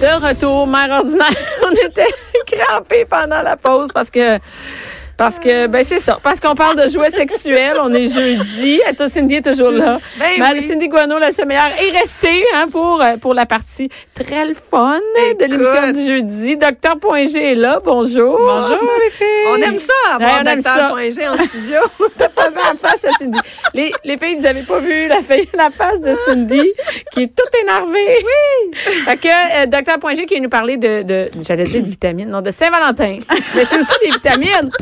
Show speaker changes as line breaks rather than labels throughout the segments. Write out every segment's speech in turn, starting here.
De retour, mère ordinaire. On était crampés pendant la pause parce que. Parce que, ben, c'est ça. Parce qu'on parle de jouets sexuels. On est jeudi. Et toi, Cindy est toujours là.
Ben
Mais
oui.
Cindy Guano, la sommeillère, est restée, hein, pour, euh, pour la partie très le fun de
Écoute.
l'émission du jeudi. Docteur.g est là. Bonjour.
Bonjour,
les filles.
On aime ça,
Ouais, Ben,
avoir
on aime ça.
Dr.G en studio.
T'as pas vu la face à Cindy. Les, les filles, vous avez pas vu la, fa- la face de Cindy qui est toute énervée. Oui. Fait que euh, Docteur Poingé qui est nous parler de, de j'allais dire de vitamines, non, de Saint-Valentin. Mais c'est aussi des vitamines.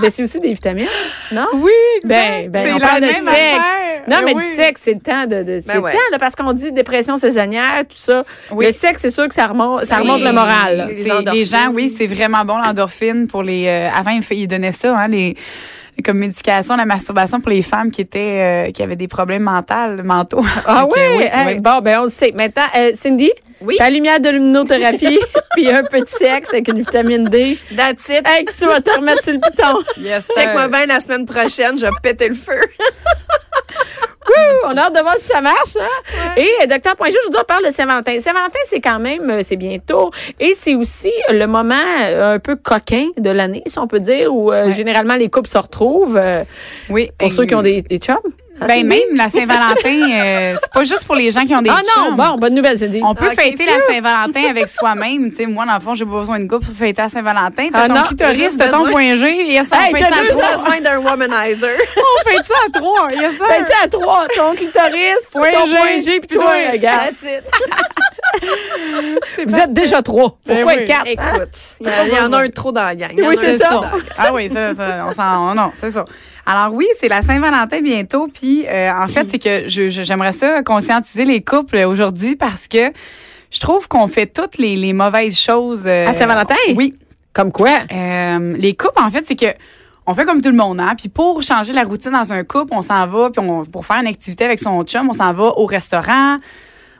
Mais c'est aussi des vitamines, non?
Oui,
Ben, ben,
C'est
on
la
parle de
même
sexe.
affaire.
Non,
Ben
mais
oui. Ben
du sexe, c'est le temps de, de- c'est le
ouais.
temps, là, parce qu'on dit dépression saisonnière, tout ça.
Oui.
Le sexe, c'est sûr que ça remonte, ça
C'est-
remonte le moral. là.
Les
c'est-
endorphines.
les gens, oui, c'est vraiment bon l'endorphine pour les. euh, avant, ils, fa- ils donnaient ça, hein, les comme médication, la masturbation pour les femmes qui étaient euh, qui avaient des problèmes mentaux, mentaux.
Ah
Donc,
oui,
euh,
hein,
oui.
bon, ben on le sait. Maintenant, euh, Cindy,
Oui.
ta lumière de luminothérapie, puis un peu de sexe avec une vitamine D.
That's it.
Hey, que tu vas te remettre sur le piton.
Yes,
Check-moi
sir.
bien la semaine prochaine, je vais péter le feu.
Ouh, on a hâte de voir si ça marche. Hein? Et docteur Poinjou, je vous dois parler de Saint-Valentin. Saint-Valentin, c'est quand même, euh, c'est bientôt. Et c'est aussi le moment euh, un peu coquin de l'année, si on peut dire, où euh, généralement les couples se retrouvent. euh,
Ben Oui.
pour ceux qui ont des, des chums. Hein,
Ah,
Ben
Cindy?
même la Saint-Valentin, euh, c'est pas juste pour les gens qui ont des
Ah non,
chums.
bon, bonne nouvelle, Cindy.
On peut
Ah, Ok,
fêter la Saint-Valentin avec soi-même. Tu sais, moi, dans le fond, j'ai pas besoin de couple pour fêter la Saint-Valentin.
Ah
T'as
non,
ton
j'ai
clitoris,
juste
t'as ton
besoin.
point G. Yes,
Hey,
on fête
t'as
ça à
deux
J'ai
trois.
besoin d'un womanizer.
On fête ça à trois. Yes, sir.
Ben, tu sais, à trois, ton clitoris,
Point
ton
G,
point G, puis
puis
toi,
toi.
regarde.
That's it.
Vous êtes déjà trois.
Ben
Pourquoi
oui.
quatre? hein?
Écoute, il y, a- il y en a un trop dans la gang. Il y en a
Oui,
un
c'est
trop
ça.
dans-
Ah oui, ça, ça, on s'en, on- non, c'est ça. Alors oui, c'est la Saint-Valentin bientôt, puis euh, en fait, c'est que je- je- j'aimerais ça conscientiser les couples aujourd'hui parce que je trouve qu'on fait toutes les, les mauvaises choses. euh,
À Saint-Valentin?
Oui.
Comme quoi?
Euh, les couples, en fait, c'est que on fait comme tout le monde, hein. Puis pour changer la routine dans un couple, on s'en va, puis on, pour faire une activité avec son chum, on s'en va au restaurant,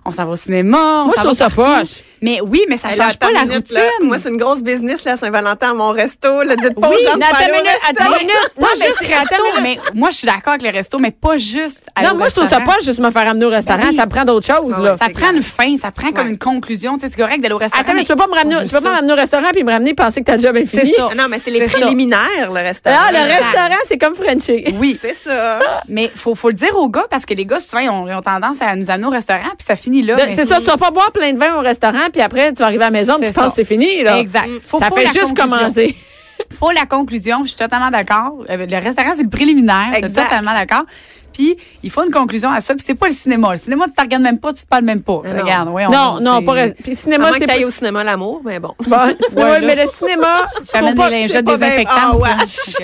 on s'en va au cinéma. on
Moi, je
s'en
trouve
va
ça
partout.
poche.
Mais oui, mais ça
Hey, là,
change pas
attends
la
une minute,
routine.
là. Moi, c'est une grosse business, la Saint-Valentin, à mon resto. Là, dites pas
Oui,
aux gens de
mais
pas
attends
aller au
une minute,
resto.
attends une minute. Non,
Pas
mais
juste
c'est-
resto,
attends,
mais moi, je suis d'accord avec le resto, mais pas juste. aller
Non,
au
moi, je trouve ça
restaurant.
pas juste me faire amener au restaurant.
Ben oui.
Ça prend d'autres choses,
Ah
là.
ouais,
Ça
C'est
prend
clair.
une fin, ça prend comme
Ouais.
une conclusion. Tu sais, c'est correct d'aller au restaurant.
Attends, mais tu peux pas me ramener, au-
c'est
tu peux pas
ça.
me ramener au restaurant puis me ramener penser que ta job est
C'est
finie.
ça.
Non, mais c'est les
C'est ça.
préliminaires, le restaurant.
Ah, le
Exact.
restaurant, Ah, c'est comme Frenchie.
Oui,
C'est ça.
mais faut, faut le dire aux gars parce que les gars, souvent, ils ont, ils ont tendance à nous amener au restaurant puis ça finit là.
De-
mais
Ben, C'est ça, tu vas pas boire plein de vin au restaurant puis après, tu vas arriver à la maison puis tu
C'est
penses
ça.
que c'est fini, là. Mm.
Exact. Faut,
Ça
faut
fait
la
juste
conclusion.
commencer.
Faut la conclusion, je suis totalement d'accord. Euh, Le restaurant, c'est le préliminaire. Je suis
Exact.
totalement d'accord. Puis, il faut une conclusion à ça. Puis, c'est pas le cinéma. Le cinéma, tu te regardes même pas, tu te parles même pas.
Non.
Regarde, oui, on-
Non, non,
c'est-
pas. rest- Puis
À
cinéma,
moins que
c'est
t'ailles
pas-
au cinéma l'amour, mais bon.
Bon, cinéma,
Ouais, là.
mais le cinéma, je
Tu amènes
trouve pas-
des lingettes
pas bien- Ah,
désinfectantes.
ouais.
là.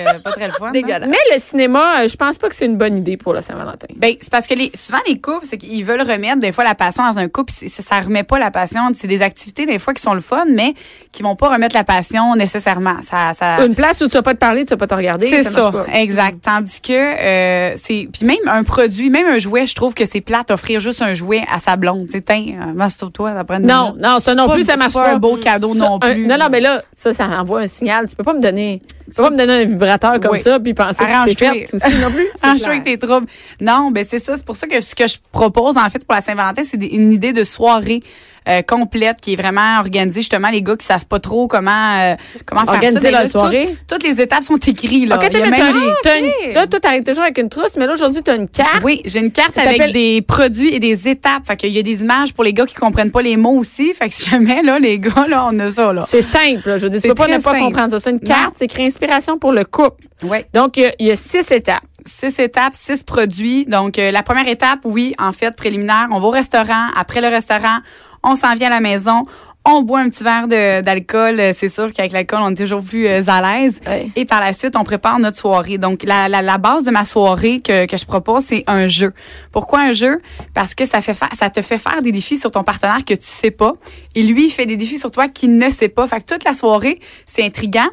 Fait que, Pas très le fun. hein.
Dégueulasse.
Mais le cinéma, euh, je pense pas que c'est une bonne idée pour la Saint-Valentin.
Ben, c'est parce que les, souvent, les couples, c'est qu'ils veulent remettre des fois la passion dans un couple. C'est- Ça, ça remet pas la passion. C'est des activités, des fois, qui sont le fun, mais qui vont pas remettre la passion nécessairement. Ça, ça,
Une place où tu vas pas te parler, tu vas pas te regarder,
Ah. c'est
ça,
ça,
marche pas. Mm.
exact. Tandis que euh, c'est puis même un produit, même un jouet, je trouve que c'est plate offrir juste un jouet à sa blonde. Tu sais, tiens, euh, masturbe-toi, ça prend une
Non,
minute.
non, ça non
Mm-hmm. C'est
plus,
pas-
ça marche
c'est
pas.
pas un beau cadeau
Ça,
non
un-
plus.
non, non, mais là, ça, ça envoie un signal. Tu peux pas me donner, tu peux pas me donner un vibrateur comme
Oui.
ça puis penser que c'est
Arrange-toi.
fait aussi non plus.
En
clair.
avec tes troubles. Non, ben c'est ça. C'est pour ça que ce que je propose en fait pour la Saint-Valentin, c'est des- une idée de soirée euh, complète qui est vraiment organisée justement les gars qui savent pas trop comment euh, comment faire
Organiser
ça. Ben
leur
là, tout-
soirée.
toutes les étapes sont écrites là.
OK,
Il y
toi,
a
t'as-
même des- Ah,
t'as une- là, toi, t'arrives toujours avec une trousse, mais là, aujourd'hui, t'as une Ah, carte.
Oui, j'ai une carte
Ça s'appelle-
avec des produits et des étapes. Fait qu'il y a des images pour les gars qui comprennent pas les mots aussi. Fait que si jamais, là, les gars, là, on a ça, là.
C'est simple, là, je veux dire. Tu
C'est
peux pas
très
ne pas
simple.
comprendre ça. C'est une
Non.
carte, c'est écrit inspiration pour le couple.
Ouais.
Donc, il y a- il y, a six étapes.
Six étapes, six produits. Donc, euh, la première étape, oui, en fait, préliminaire, on va au restaurant. Après le restaurant, on s'en vient à la maison. On boit un petit verre de- d'alcool. Euh, C'est sûr qu'avec l'alcool, on est toujours plus euh, à l'aise.
Ouais.
Et par la suite, on prépare notre soirée. Donc, la, la, la base de ma soirée que, que je propose, c'est un jeu. Pourquoi un jeu? Parce que ça, fait fa- ça te fait faire des défis sur ton partenaire que tu sais pas. Et lui, il fait des défis sur toi qu'il ne sait pas. Fait que toute la soirée, c'est intriguant.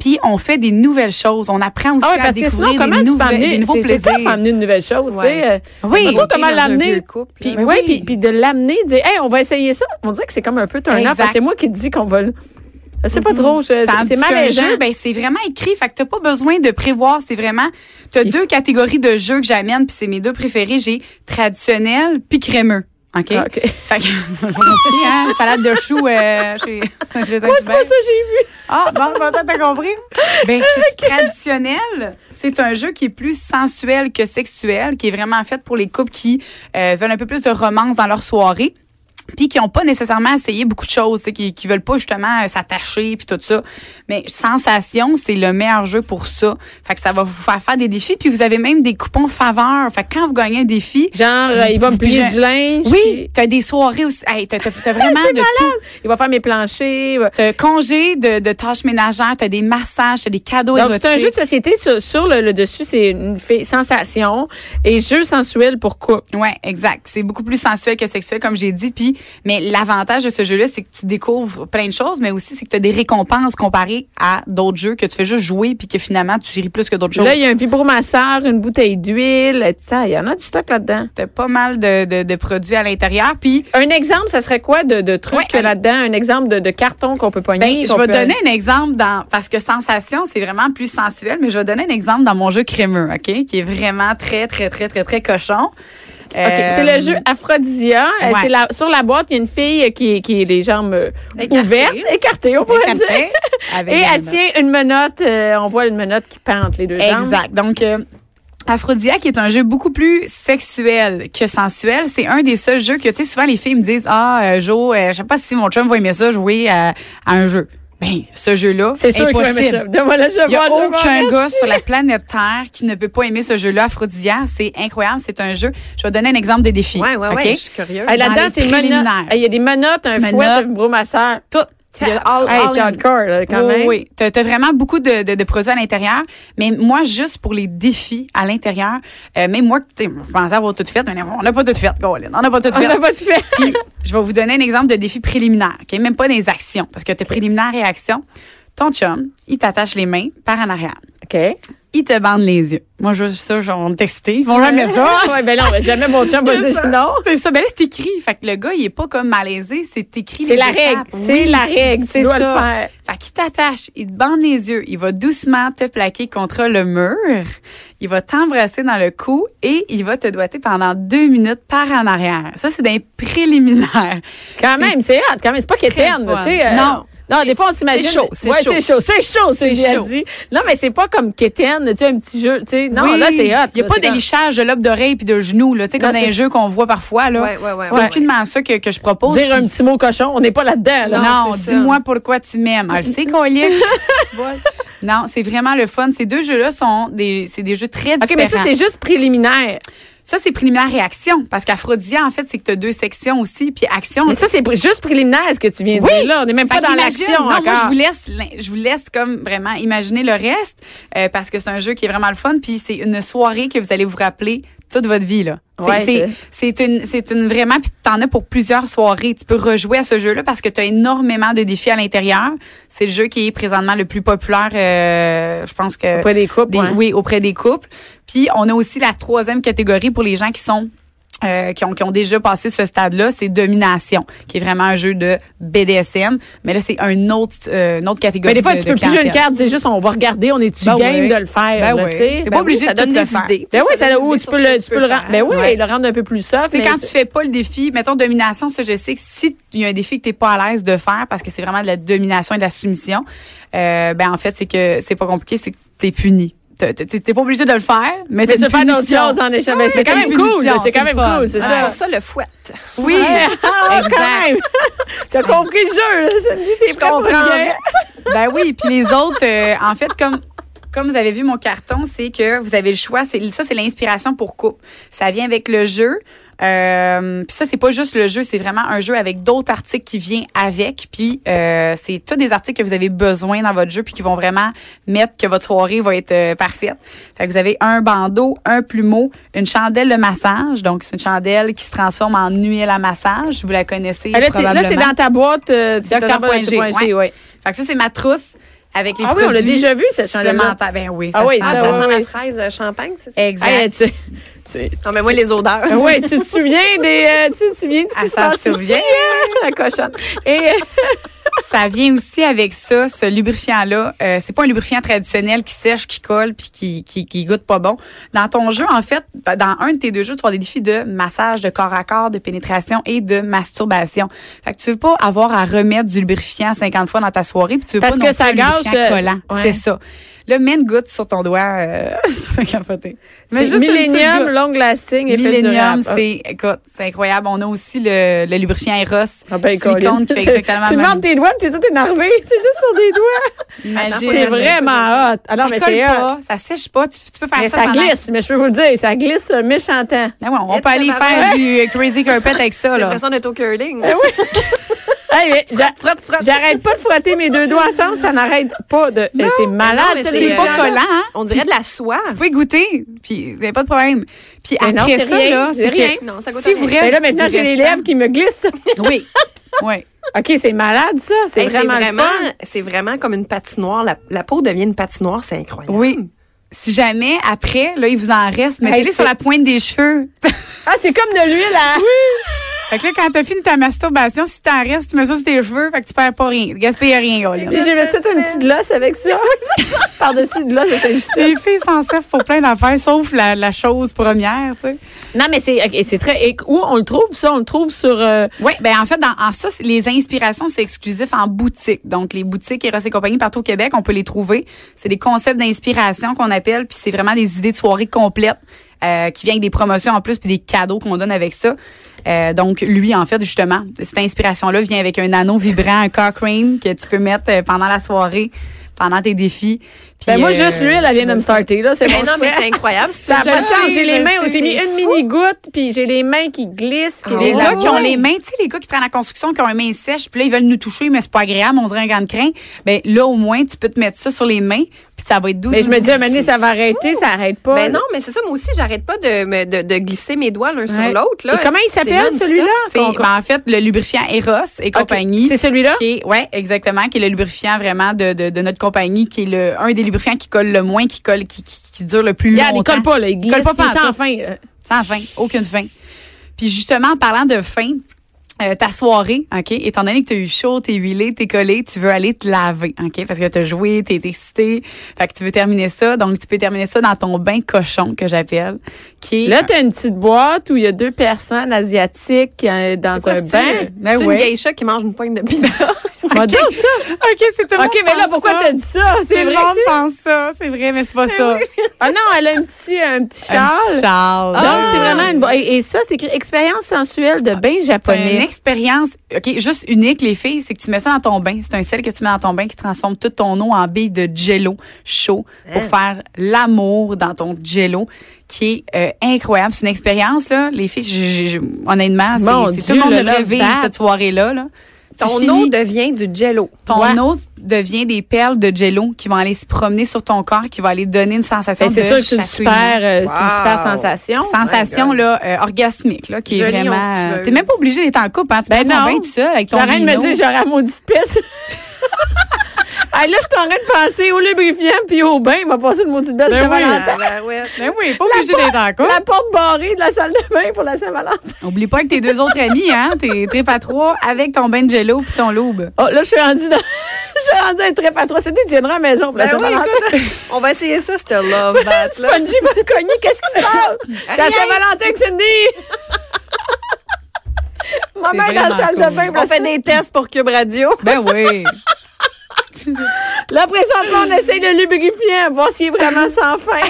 Puis, on fait des nouvelles choses. On apprend aussi
Ah oui,
à
parce que
découvrir
sinon, comment tu
des,
peux
nouvelles- des
amener,
nouveaux
c'est c'est
plaisirs.
tough à amener une nouvelle chose,
Ouais.
tu sais. euh,
Oui.
surtout comment
Dans un
l'amener.
vieux couple,
Puis,
là.
Ben
ouais,
oui.
puis, puis de l'amener, de dire, hey, on va essayer ça. On dirait que c'est comme un peu turn up.
Exact. Mm-hmm.
parce que C'est moi qui te dis qu'on va le. Je sais pas trop, je- c'est hein.
Tandis
c'est
qu'un
malaisant.
jeu, ben, c'est vraiment écrit. Fait que t'as pas besoin de prévoir. C'est vraiment, t'as deux catégories de jeux que j'amène, puis c'est mes deux préférés. J'ai traditionnel puis crémeux. OK?
Ah, OK.
Fait que, c'est compris, hein? Salade de choux euh, chez, chez
Moi, c'est
Saint-Hubert.
pas ça que j'ai vu.
Ah, bon, bon, toi, t'as compris? Ben, c'est traditionnel, c'est un jeu qui est plus sensuel que sexuel, qui est vraiment fait pour les couples qui euh, veulent un peu plus de romance dans leur soirée. Puis qui n'ont pas nécessairement essayé beaucoup de choses, tu sais, qui, qui veulent pas justement euh, s'attacher puis tout ça. Mais sensation, c'est le meilleur jeu pour ça. Fait que ça va vous faire faire des défis. Puis vous avez même des coupons faveur. Fait que quand vous gagnez un défi,
Genre, euh, il va me plier du linge.
oui,
puis
t'as des soirées aussi. Hey, t'as, t'as- t'as vraiment de tout.
Il va faire mes planchers. il va-
T'as congé de, de tâches ménagères, t'as des massages, t'as des cadeaux
Donc, c'est un
érotiques.
jeu de société. Sur, sur le, le dessus, c'est une fée- sensation et jeu sensuel pour couple.
Ouais, exact. C'est beaucoup plus sensuel que sexuel, comme j'ai dit. Puis, mais l'avantage de ce jeu-là, c'est que tu découvres plein de choses, mais aussi c'est que tu as des récompenses comparées à d'autres jeux que tu fais juste jouer, puis que finalement tu ris plus que d'autres choses.
Là, il y a un vibromasseur, une bouteille d'huile. Ça, il y en a du stock là-dedans.
T'as pas mal de, de, de produits à l'intérieur. Puis,
Un exemple, ça serait quoi de, de truc
Ouais,
là-dedans? Un exemple de, de carton qu'on peut pogner?
ben, je
qu'on
vais
peut-
donner un exemple dans parce que sensation, c'est vraiment plus sensuel, mais je vais donner un exemple dans mon jeu crémeux, ok, qui est vraiment très très très très très cochon. Euh,
OK, euh, c'est le jeu Aphrodisia. Euh,
ouais.
C'est la, sur la boîte, il y a une fille qui, qui a les jambes euh,
Écartées.
ouvertes, écartées, on pourrait dire.
Café avec
Et
la
elle
main.
tient une menotte. euh, on voit une menotte qui pente les deux jambes.
Exact. Donc, euh, Aphrodisiaque est un jeu beaucoup plus sexuel que sensuel. C'est un des seuls jeux que, tu sais, souvent les filles me disent, ah, euh, Jo, euh, je sais pas si mon chum va aimer ça jouer à, à un jeu. Ben, ce jeu-là,
C'est sûr qu'il va aimer ça.
impossible.
Donne-moi le jeu.
Il n'y a
voir, je vais voir.
aucun gars sur la planète Terre qui ne peut pas aimer ce jeu-là, Aphrodisiaque. C'est incroyable, c'est un jeu. Je vais donner un exemple des défis.
Ouais, ouais,
OK?
ouais, je suis curieuse.
Hey,
dans
Là-dedans,
les
c'est menottes.
préliminaires.
Hey, Il y a des menottes, un
Menottes.
fouet, un vibromasseur.
Tout. Il y a all-
Hey,
all
c'est
in.
hardcore, là, quand
oui,
même.
Oui, t'as t'as vraiment beaucoup de, de, de produits à l'intérieur. Mais moi, juste pour les défis à l'intérieur, euh, même moi, tu sais, je pensais avoir tout fait, mais non, on n'a pas tout fait, Colin. On n'a pas tout
On
fait.
n'a pas tout fait.
Puis, je vais vous donner un exemple de défi préliminaire, OK? Même pas des actions, parce que t'es préliminaire et action. Ton chum, il t'attache les mains par en arrière.
OK.
Il te bande les yeux. Moi, je suis sûre, genre, on va tester. Ils vont jamais ça.
ouais, ben non, jamais mon chum va
C'est
dire
ça.
non.
C'est ça. Ben là, c'est écrit. Fait que le gars, il est pas comme malaisé. C'est écrit.
C'est
les
la
étapes.
règle. C'est
Oui.
la règle. Tu
C'est
dois
ça.
le faire.
Fait qu'il t'attache, il te bande les yeux, il va doucement te plaquer contre le mur, il va t'embrasser dans le cou et il va te doiter pendant deux minutes par en arrière. Ça, c'est d'un préliminaire.
Quand même, c'est hâte. Quand même, c'est pas qu'éterne,
fun.
tu sais. euh,
Non.
Non, des fois, on s'imagine.
C'est chaud, c'est
ouais,
chaud.
c'est chaud. C'est chaud, c'est
C'est
bien
chaud.
dit. Non, mais c'est pas comme qu'éterne, tu sais, un petit jeu, tu sais. Non,
Oui,
là, c'est hâte.
Il n'y a
là,
pas
c'est comme-
d'élichage de lobe d'oreille puis de genou, là, tu sais, comme
Non,
dans
c'est-
les jeux qu'on voit parfois, là.
Ouais, ouais, ouais,
c'est
ouais.
aucunement ça que, que je propose.
Dire un
Puis
petit mot cochon, on n'est pas là-dedans, là.
Non,
Non, c'est ça.
dis-moi pourquoi tu m'aimes. Ah, Elle sait qu'on lit. Non, c'est vraiment le fun. Ces deux jeux-là sont des, c'est des jeux très différents.
OK, mais ça, c'est juste préliminaire.
Ça, c'est préliminaire et action. Parce qu'Aphrodisia, en fait, c'est que tu as deux sections aussi. Puis action,
Mais ça, c'est pr- juste préliminaire, ce que tu viens de
Oui.
dire, là. On n'est même
Fait
pas dans
qu'imagine-
l'action
non, Moi, je
encore.
vous laisse, l'in- je vous laisse comme vraiment imaginer le reste euh, parce que c'est un jeu qui est vraiment le fun. Puis c'est une soirée que vous allez vous rappeler toute votre vie là. C'est-
Ouais,
c'est- c'est une, c'est une vraiment. Puis t'en as pour plusieurs soirées. Tu peux rejouer à ce jeu-là parce que t'as énormément de défis à l'intérieur. C'est le jeu qui est présentement le plus populaire. euh, je pense que
Auprès des hein. couples,
des-
ouais.
oui, auprès des couples. Puis on a aussi la troisième catégorie pour les gens qui sont euh, qui, ont, qui ont déjà passé ce stade-là, c'est domination, qui est vraiment un jeu de BDSM. Mais là, c'est un autre, euh, une autre catégorie.
Mais des fois,
de-
tu
de
peux plus jouer une
clientèle.
carte, c'est juste, on va regarder, on est-tu
Ben
game
oui.
de le faire,
Ben
là,
oui.
tu sais.
T'es
Ben
pas
oui.
obligé
ça
de tout
donne
le
des
faire.
idées.
Ben oui,
Ça
ça,
donne
ou
des idées
tu
sur
peux
ce
le,
que
tu
tu
peux
peux
le rendre,
faire. Ah,
ben oui,
Ouais.
le rendre un peu plus soft.
C'est
mais
quand tu fais pas le défi, mettons domination, ça je sais que si il y a un défi que t'es pas à l'aise de faire parce que c'est vraiment de la domination et de la soumission, euh, ben en fait c'est que c'est pas compliqué, c'est que t'es puni. T'es t'es- t'es pas obligé de le faire,
Mais
mais t'as
tu peux
une
faire d'autres
punition.
choses en échange. Ben, c'est
Ouais,
quand même
une
cool, là,
punition,
c'est quand
c'est
même
le
cool,
fun.
c'est
Ah,
C'est
ça.
pour ça le fouette.
Oui,
Ouais. Ah,
exact.
quand même! T'as compris le jeu, là, Cindy, t'es prête pour le
comprends
game?
vite.
Ben oui, puis les autres, euh, en fait, comme comme vous avez vu mon carton, c'est que vous avez le choix. C'est ça, c'est l'inspiration pour couple. Ça vient avec le jeu. Euh, puis ça, c'est pas juste le jeu, c'est vraiment un jeu avec d'autres articles qui vient avec. Puis euh, c'est tous des articles que vous avez besoin dans votre jeu, puis qui vont vraiment mettre que votre soirée va être euh, parfaite. Fait que vous avez un bandeau, un plumeau, une chandelle de massage. Donc c'est une chandelle qui se transforme en huile à massage. Vous la connaissez
Ah, Là, t'es-
probablement.
là, c'est dans ta boîte. euh, c'est dans ta
Dr.
boîte
Point G,
Dr. Point G, ouais.
Fait que ça, c'est ma trousse avec les
Ah oui, on l'a
produits
déjà vu, cette chandelle-là.
supplémentaires. Ben oui,
Ah oui, Eh,
se
ça,
sent,
Ah,
ouais,
ça
sent.
sent
ouais.
la fraise euh, champagne, c'est ça?
Exact.
Hey, tu, tu-
Non, mais moi, les odeurs.
Ah ouais, tu te souviens des, euh, tu te souviens de ce qui
Elle
se
s'en
passe ici,
souvient.
hein, la cochonne. Et euh,
ça vient aussi avec ça, ce lubrifiant-là. Euh, c'est pas un lubrifiant traditionnel qui sèche, qui colle, puis qui, qui, qui goûte pas bon. Dans ton jeu, en fait, ben, dans un de tes deux jeux, tu vas avoir des défis de massage, de corps à corps, de pénétration et de masturbation. Fait que tu veux pas avoir à remettre du lubrifiant 50 fois dans ta soirée, puis tu veux
Parce
pas
que
non plus
ça
un
gâche,
lubrifiant
euh,
collant.
ouais.
C'est ça. Le main goutte sur ton doigt, euh, ça fait capoter.
Mais
juste une petite
Millennium,
goutte.
long lasting, effet
Millennium,
durable. Ah.
c'est, écoute, c'est incroyable. On a aussi le, le lubrifiant Eros.
Ah ben, Colin.
silicone qui fait exactement
tu
la même
mords tes doigts, t'es tout énervé. C'est juste sur des doigts.
Imagine.
C'est vraiment hot. Alors,
Ça
mais
colle
c'est hot.
pas, ça sèche pas. Tu, tu peux faire
Mais
ça
ça
pendant-
glisse, mais je peux vous le dire, ça glisse un méchant temps.
Ah ouais, on
Vite,
peut aller
tabarnak.
faire du euh, crazy carpet avec ça,
J'ai
là.
l'impression d'être au
Eh,
curling.
Hey, mais j'a-
Frotte, frotte.
j'arrête pas de frotter mes deux doigts ensemble, ça n'arrête pas de. Eh, c'est malade,
mais
ça,
c'est
les
C'est
gens.
pas
euh,
collant, hein?
On dirait de la soie.
Vous pouvez goûter, puis vous avez pas de problème. Puis
Mais non,
après
c'est
ça,
rien,
là,
c'est
c'est
rien.
que
Non, ça goûte
si
à
vous
rien.
Ben
restez
là, maintenant,
du
j'ai les
restant-
lèvres qui me glissent.
Oui, oui.
OK, c'est malade, ça. Ben, C'est
Hey,
vraiment, le fun.
c'est vraiment comme une patinoire. La, la peau devient une patinoire, c'est incroyable.
Oui. Si jamais, après, là, il vous en reste, mettez-les
c'est-
sur la pointe des cheveux.
Ah, c'est comme de l'huile à.
fait que là, quand t'as fini ta masturbation, si t'en restes, tu mets ça sur tes cheveux, fait que tu perds pas rien. Gaspille rien, Colin.
Puis J'ai mis ça une petite glosse avec ça. Par-dessus de gloss, c'est juste ça.
Les filles s'en servent pour plein d'affaires, sauf la, la chose première, tu sais.
Non, mais c'est ok, c'est très. et Où on le trouve, ça? On le trouve sur. euh,
Oui, ben en fait, dans, en ça, c'est- les inspirations, c'est exclusif en boutique. Donc, les boutiques Eros et compagnie partout au Québec, on peut les trouver. C'est des concepts d'inspiration qu'on appelle, puis c'est vraiment des idées de soirée complètes euh, qui viennent avec des promotions en plus, puis des cadeaux qu'on donne avec ça. Euh, donc, lui, en fait, justement, cette inspiration-là vient avec un anneau vibrant, un cock ring que tu peux mettre euh, pendant la soirée, pendant tes défis. Puis,
ben, moi,
euh,
juste l'huile, elle vient de me starter, là. C'est
Mais
bon.
non, mais c'est incroyable. Si tu
Ça n'a
veux-
pas de sens.
sais,
J'ai les
je
mains,
sais,
j'ai mis
c'est
une mini goutte, puis j'ai les mains qui glissent. Qui
Ah
Les
Oh,
gars
ouais.
qui ont les mains, tu sais, les gars qui travaillent en construction, qui ont les mains sèches, puis là, ils veulent nous toucher, mais c'est pas agréable, on dirait un gant de crin. Ben, là, au moins, tu peux te mettre ça sur les mains, puis ça va être doux.
Mais Ben, je me
doux,
dis, à un
doux.
moment donné, ça va arrêter, ça arrête pas.
Ben non, mais c'est ça, moi aussi, j'arrête pas de, me- de, de glisser mes doigts l'un
Ouais.
sur l'autre. là.
Et comment il
C'est
s'appelle,
non-stop.
celui-là?
C'est,
Qu'on-
ben, en fait, le lubrifiant Eros et
OK.
compagnie.
C'est celui-là?
Qui est, ouais, exactement, qui est le lubrifiant vraiment de, de, de notre compagnie, qui est le, un des lubrifiants qui colle le moins, qui colle, qui, qui, qui dure le plus
Regarde,
longtemps.
il colle pas, là. Il glisse,
Colle pas
il est sans
pantoute.
fin. là.
Sans fin, aucune fin. Puis justement, en parlant de fin, euh, ta soirée, OK, étant donné que tu as eu chaud, t'es huilé, t'es collé, tu veux aller te laver, OK, parce que t'as joué, t'es excité, fait que tu veux terminer ça, donc tu peux terminer ça dans ton bain cochon que j'appelle, qui Ah, est
Là, t'as une petite boîte où il y a deux personnes asiatiques euh, dans
C'est quoi,
un
c'est-tu-
bain.
Ben
C'est une
ouais.
geisha qui mange une pointe de pizza.
M'a dit ça.
OK, c'est tout le
OK,
monde
mais là,
pense
pourquoi
ça.
t'as dit ça? C'est
Tout
vrai
le
que
monde
c'est-
pense ça, c'est vrai, mais c'est pas ça.
Ah non, elle a un petit, un petit
Un petit
châle.
Charles. Ah!
Donc, c'est vraiment une bo- Et, et ça, c'est écrit expérience sensuelle de bain
C'est une
japonais.
expérience, OK, juste unique, les filles, c'est que tu mets ça dans ton bain. C'est un sel que tu mets dans ton bain qui transforme toute ton eau en bille de jello chaud pour
Eh.
faire l'amour dans ton jello qui est euh, incroyable. C'est une expérience, là. Les filles, j'ai- j'ai- j'ai- honnêtement, c'est,
Mon
c'est-
Dieu,
tout le monde
le
devrait
love
vivre
bath.
cette soirée-là, là. Tu
Ton
finis-
eau devient du jello.
ton
Ouais.
eau devient des perles de jello qui vont aller se promener sur ton corps, qui vont aller donner une sensation
Ben, c'est
de
sûr que c'est une
chatouillement.
super, euh, c'est une super
Wow.
sensation.
sensation là euh, orgasmique là qui est
Jolie
vraiment euh,
onctueuse.
t'es même pas obligé d'être en couple hein tu
Ben
peux
non.
bien tout seul avec
T'es
ton
en train de me
lino.
dire, j'aurais un maudit pisse. hey, là, je suis en train de penser au lubrifiant puis au bain. Il m'a passé une maudite baisse de
Ben oui.
Ah,
Valentin.
ben oui pas obligé d'être en couple
La porte barrée de la salle de bain pour la Saint-Valentin.
oublie pas que tes deux autres amis hein t'es trip à trois avec ton ben de jello puis ton loube
Oh, là, je suis rendue dans. Je suis rendue à un trip à trois. C'était une à la maison pour la
Ben oui,
Saint-Valentin.
écoute, on va essayer ça, c'était love bat. là.
Spongy m'a cogné. Qu'est-ce qui se passe? la
Rien.
Saint-Valentin, Cindy! Maman est dans la
vraiment
salle de
cool.
bain. pour la
On fait des tests pour Cube Radio.
ben oui
Là, présentement, on essaye le lubrifiant, voir s'il est vraiment sans fin.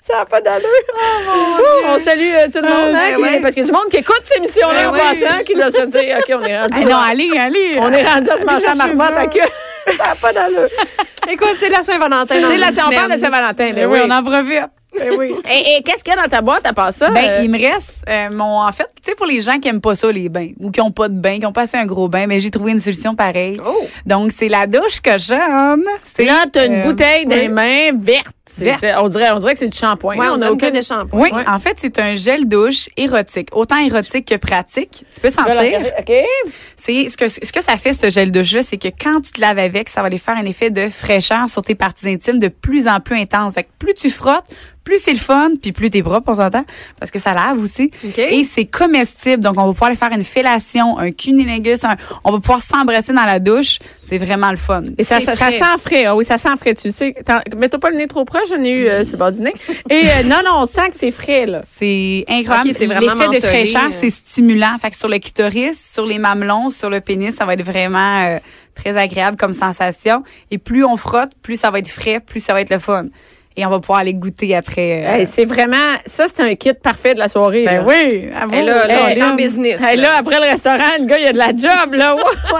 Ça n'a pas d'allure. Ouh, on salue euh, tout le monde, hein,
ben
qui-
ouais.
parce qu'il y a du monde qui écoute cette émission-là
Ben
en
oui.
passant, qui doit se dire, OK, on est rendu,
Eh non allez allez
on est rendu à se manger à
chercher
marmotte
ça.
à queue. Ça n'a pas d'allure.
Écoute, c'est la Saint-Valentin. dans
C'est la
une
on parle de
semaine.
Saint-Valentin, mais
ben
Eh oui.
oui on en profite
Ben oui. Et, et qu'est-ce qu'il y a dans ta boîte à part ça?
Ben,
Euh,
il me reste euh, mon. En fait, tu sais, pour les gens qui aiment pas ça, les bains, ou qui ont pas de bain, qui ont passé un gros bain, mais j'ai trouvé une solution pareille.
Oh.
Donc, c'est la douche cochonne. C'est
là, tu as une
euh,
bouteille dans les mains verte. C'est-
Verte.
c'est- on, dirait, on dirait que c'est du shampoing.
Ouais,
là,
on
a
a aucun de shampoing.
Oui,
Ouais.
en fait, c'est un gel douche érotique, autant érotique que pratique. Tu peux
Je vais la
sentir.
regarder. OK.
C'est ce que ce que ça fait ce gel douche-là, c'est que quand tu te laves avec, ça va aller faire un effet de fraîcheur sur tes parties intimes de plus en plus intense. Fait que plus tu frottes, Plus c'est le fun, puis plus t'es propre, on s'entend, parce que ça lave aussi.
OK.
Et c'est comestible, donc on va pouvoir aller faire une fellation, un cunilingus, un- on va pouvoir s'embrasser dans la douche. C'est vraiment le fun.
Et ça,
C'est
ça, ça
frais.
sent frais. Ah oui, ça sent frais. Tu sais, t'en- mets-toi pas le nez trop proche, j'en ai eu euh, sur le bord du nez. Et euh, non, non, on sent que c'est frais, là.
C'est incroyable.
Ok, c'est vraiment
L'effet
mentholé,
de fraîcheur,
euh.
c'est stimulant. Fait que sur le clitoris, sur les mamelons, sur le pénis, ça va être vraiment euh, très agréable comme sensation. Et plus on frotte, plus ça va être frais, plus ça va être le fun. Et on va pouvoir aller goûter après. euh,
Hey, c'est vraiment, ça, c'est un kit parfait de la soirée.
ben
là.
oui, à vous.
Et là, là, on
Hey,
est en business.
Hey, là, après le restaurant, le gars, il a de la job, là.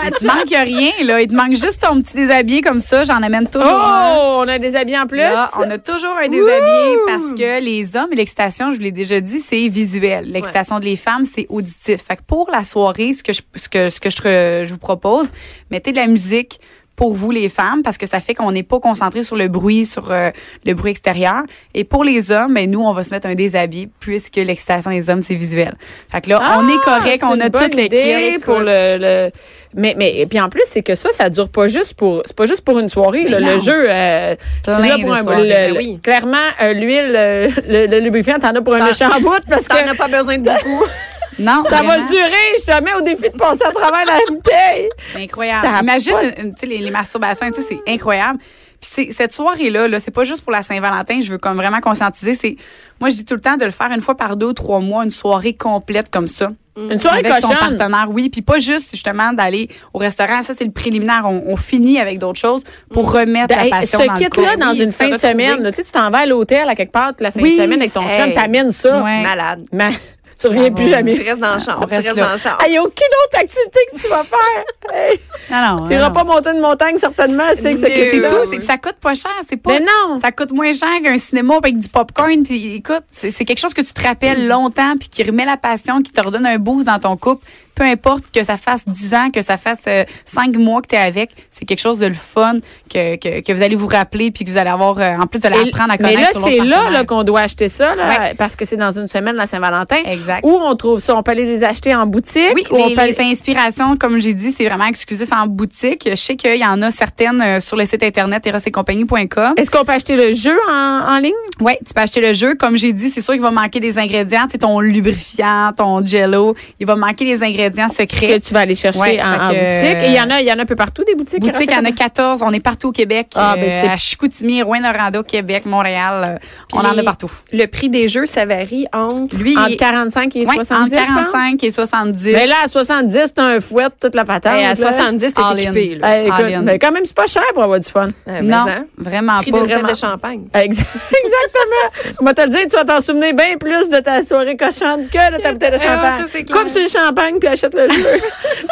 Il te manque rien, là. Il te manque juste ton petit déshabillé comme ça. J'en amène toujours un.
oh, on a des habits en plus.
Là, on a toujours un déshabillé parce que les hommes, l'excitation, je vous l'ai déjà dit, c'est visuel. L'excitation des femmes, c'est auditif. Fait que pour la soirée, ce que je, ce que, ce que je, te- je vous propose, mettez de la musique pour vous les femmes parce que ça fait qu'on n'est pas concentré sur le bruit sur euh, le bruit extérieur et pour les hommes ben nous on va se mettre un déshabillé puisque l'excitation des hommes c'est visuel. Fait que là on est correct,
Ah,
on
c'est
a
une bonne
toutes les
idée
clés
pour le, le- mais mais et puis en plus c'est que ça ça dure pas juste pour c'est pas juste pour une soirée là, le
non.
jeu euh, tu
Plein
l'as pour
de
un
soirées,
le-
ben
le-
oui.
clairement euh, l'huile euh, le, le lubrifiant t'en as pour un
T'en-
méchant bout parce que
T'en as pas besoin de beaucoup.
Non,
ça va
vraiment.
durer je te mets au défi de passer à travers la bouteille
C'est incroyable.
Ça a
Imagine, une- tu sais, les, les masturbations et tout, c'est incroyable. Puis c'est- cette soirée-là, là, c'est pas juste pour la Saint-Valentin, je veux comme vraiment conscientiser. C'est, moi, je dis tout le temps de le faire une fois par deux ou trois mois, une soirée complète comme ça.
une soirée
Mm. avec son
Mm. cochonne
partenaire, oui. Puis pas juste, justement, d'aller au restaurant. Ça, c'est le préliminaire. On, on finit avec d'autres choses pour remettre
Mm. Ben, Hey,
la passion dans
ce
le
kit là
couple.
dans
Oui,
une
se
fin de
retrouver.
semaine là, tu sais, tu t'en vas à l'hôtel à quelque part la fin
Oui.
de semaine avec ton
Hey.
chum t'amènes ça
Ouais.
Malade.
mais tu reviens plus
va.
jamais
Tu restes dans le champ.
On
Tu
reste
restes
là.
dans le champ.
il n'y a aucune autre activité que tu vas faire. Hey.
Non, non,
Tu iras
non.
pas monter une montagne, certainement, c'est que
Mais
c'est
C'est
là,
tout,
oui.
c'est que ça coûte pas cher, c'est pas
Mais non.
ça coûte moins cher qu'un cinéma avec du popcorn puis écoute, c'est c'est quelque chose que tu te rappelles longtemps puis qui remet la passion, qui te redonne un boost dans ton couple, peu importe que ça fasse 10 ans, que ça fasse 5 mois que tu es avec, c'est quelque chose de le fun que, que, que vous allez vous rappeler puis que vous allez avoir euh, en plus de
Et-
l'apprendre à
Mais
connaître
là,
sur l'autre
c'est là,
partenaire.
là, qu'on doit acheter ça, là,
Ouais.
parce que c'est dans une semaine, la Saint-Valentin.
Exact.
Où on trouve ça? On peut aller les acheter en boutique?
Oui,
ou on
les,
peut aller-
les inspirations, comme j'ai dit, c'est vraiment exclusif en boutique. Je sais qu'il y en a certaines euh, sur le site internet erosetcompagnie.com.
Est-ce qu'on peut acheter le jeu en, en ligne?
Oui, tu peux acheter le jeu. Comme j'ai dit, c'est sûr qu'il va manquer des ingrédients. C'est ton lubrifiant, ton jello. Il va manquer les ingrédients
Que
secrets.
tu vas aller chercher
Ouais,
en,
fait
en
que-
boutique. Et il y en a, il y en a un peu partout, des boutiques.
Boutique, il y en a 14. On est partout au Québec.
Ah, ben,
Euh,
c'est-
à Chicoutimi, Rouyn-Noranda, Québec, Montréal. Euh, on en a partout.
Le prix des jeux, ça varie entre.
Lui, il
Entre
est-
45 et
ouais,
70,
entre
je pense. Ben,
45 et 70.
Mais là, à 70, t'as un fouet, toute la patente.
Hey, à
là.
70, t'es
All
équipé.
in.
Là.
Hey, écoute,
Aline.
mais quand même, c'est pas cher pour avoir du fun.
Euh, mais
non,
hein,
vraiment
Prix
pas.
d'une canne
vraiment.
de champagne.
Ex- Exactement. Je vais te le dire, tu vas t'en souvenir bien plus de ta soirée cochonne que de ta bouteille de
Ah,
champagne.
ça, c'est clair.
Coupe sur le champagne puis achète le jeu.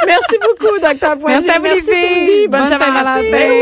Merci beaucoup, Dr. Poirier.
Merci à vous, les filles.
Cindy. Bonne
Bonne
Saint-Valentin.
Saint-Valentin.